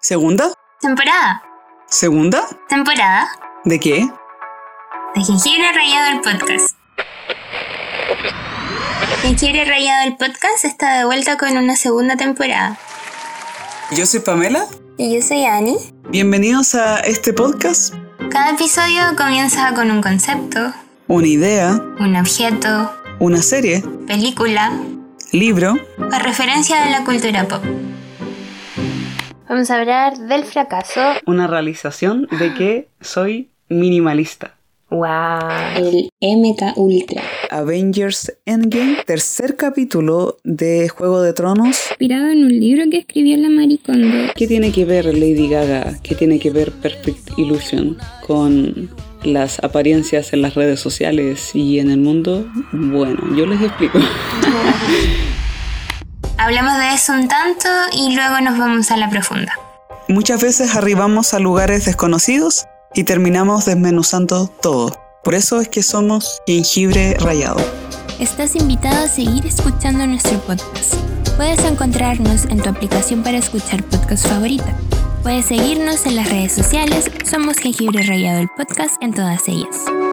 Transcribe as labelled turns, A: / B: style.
A: ¿Segunda?
B: Temporada.
A: ¿Segunda?
B: Temporada.
A: ¿De qué?
B: De Jengibre Rayado el Podcast. Jengibre Rayado el Podcast está de vuelta con una segunda temporada.
A: Yo soy Pamela.
B: Y yo soy Ani.
A: Bienvenidos a este podcast.
B: Cada episodio comienza con un concepto,
A: Una idea,
B: un objeto,
A: una serie,
B: película
A: libro.
B: o referencia de la cultura pop.
C: Vamos a hablar del fracaso.
A: Una realización de que soy minimalista.
C: ¡Wow!
B: El MK Ultra.
A: Avengers Endgame, tercer capítulo de Juego de Tronos.
B: Inspirado en un libro que escribió la Maricondo.
A: ¿Qué tiene que ver Lady Gaga? ¿Qué tiene que ver Perfect Illusion con las apariencias en las redes sociales y en el mundo? Bueno, yo les explico.
B: Hablamos de eso un tanto y luego nos vamos a la profunda.
A: Muchas veces arribamos a lugares desconocidos y terminamos desmenuzando todo. Por eso es que somos jengibre rayado.
D: Estás invitado a seguir escuchando nuestro podcast. Puedes encontrarnos en tu aplicación para escuchar podcast favorita. Puedes seguirnos en las redes sociales. Somos Jengibre Rayado el Podcast en todas ellas.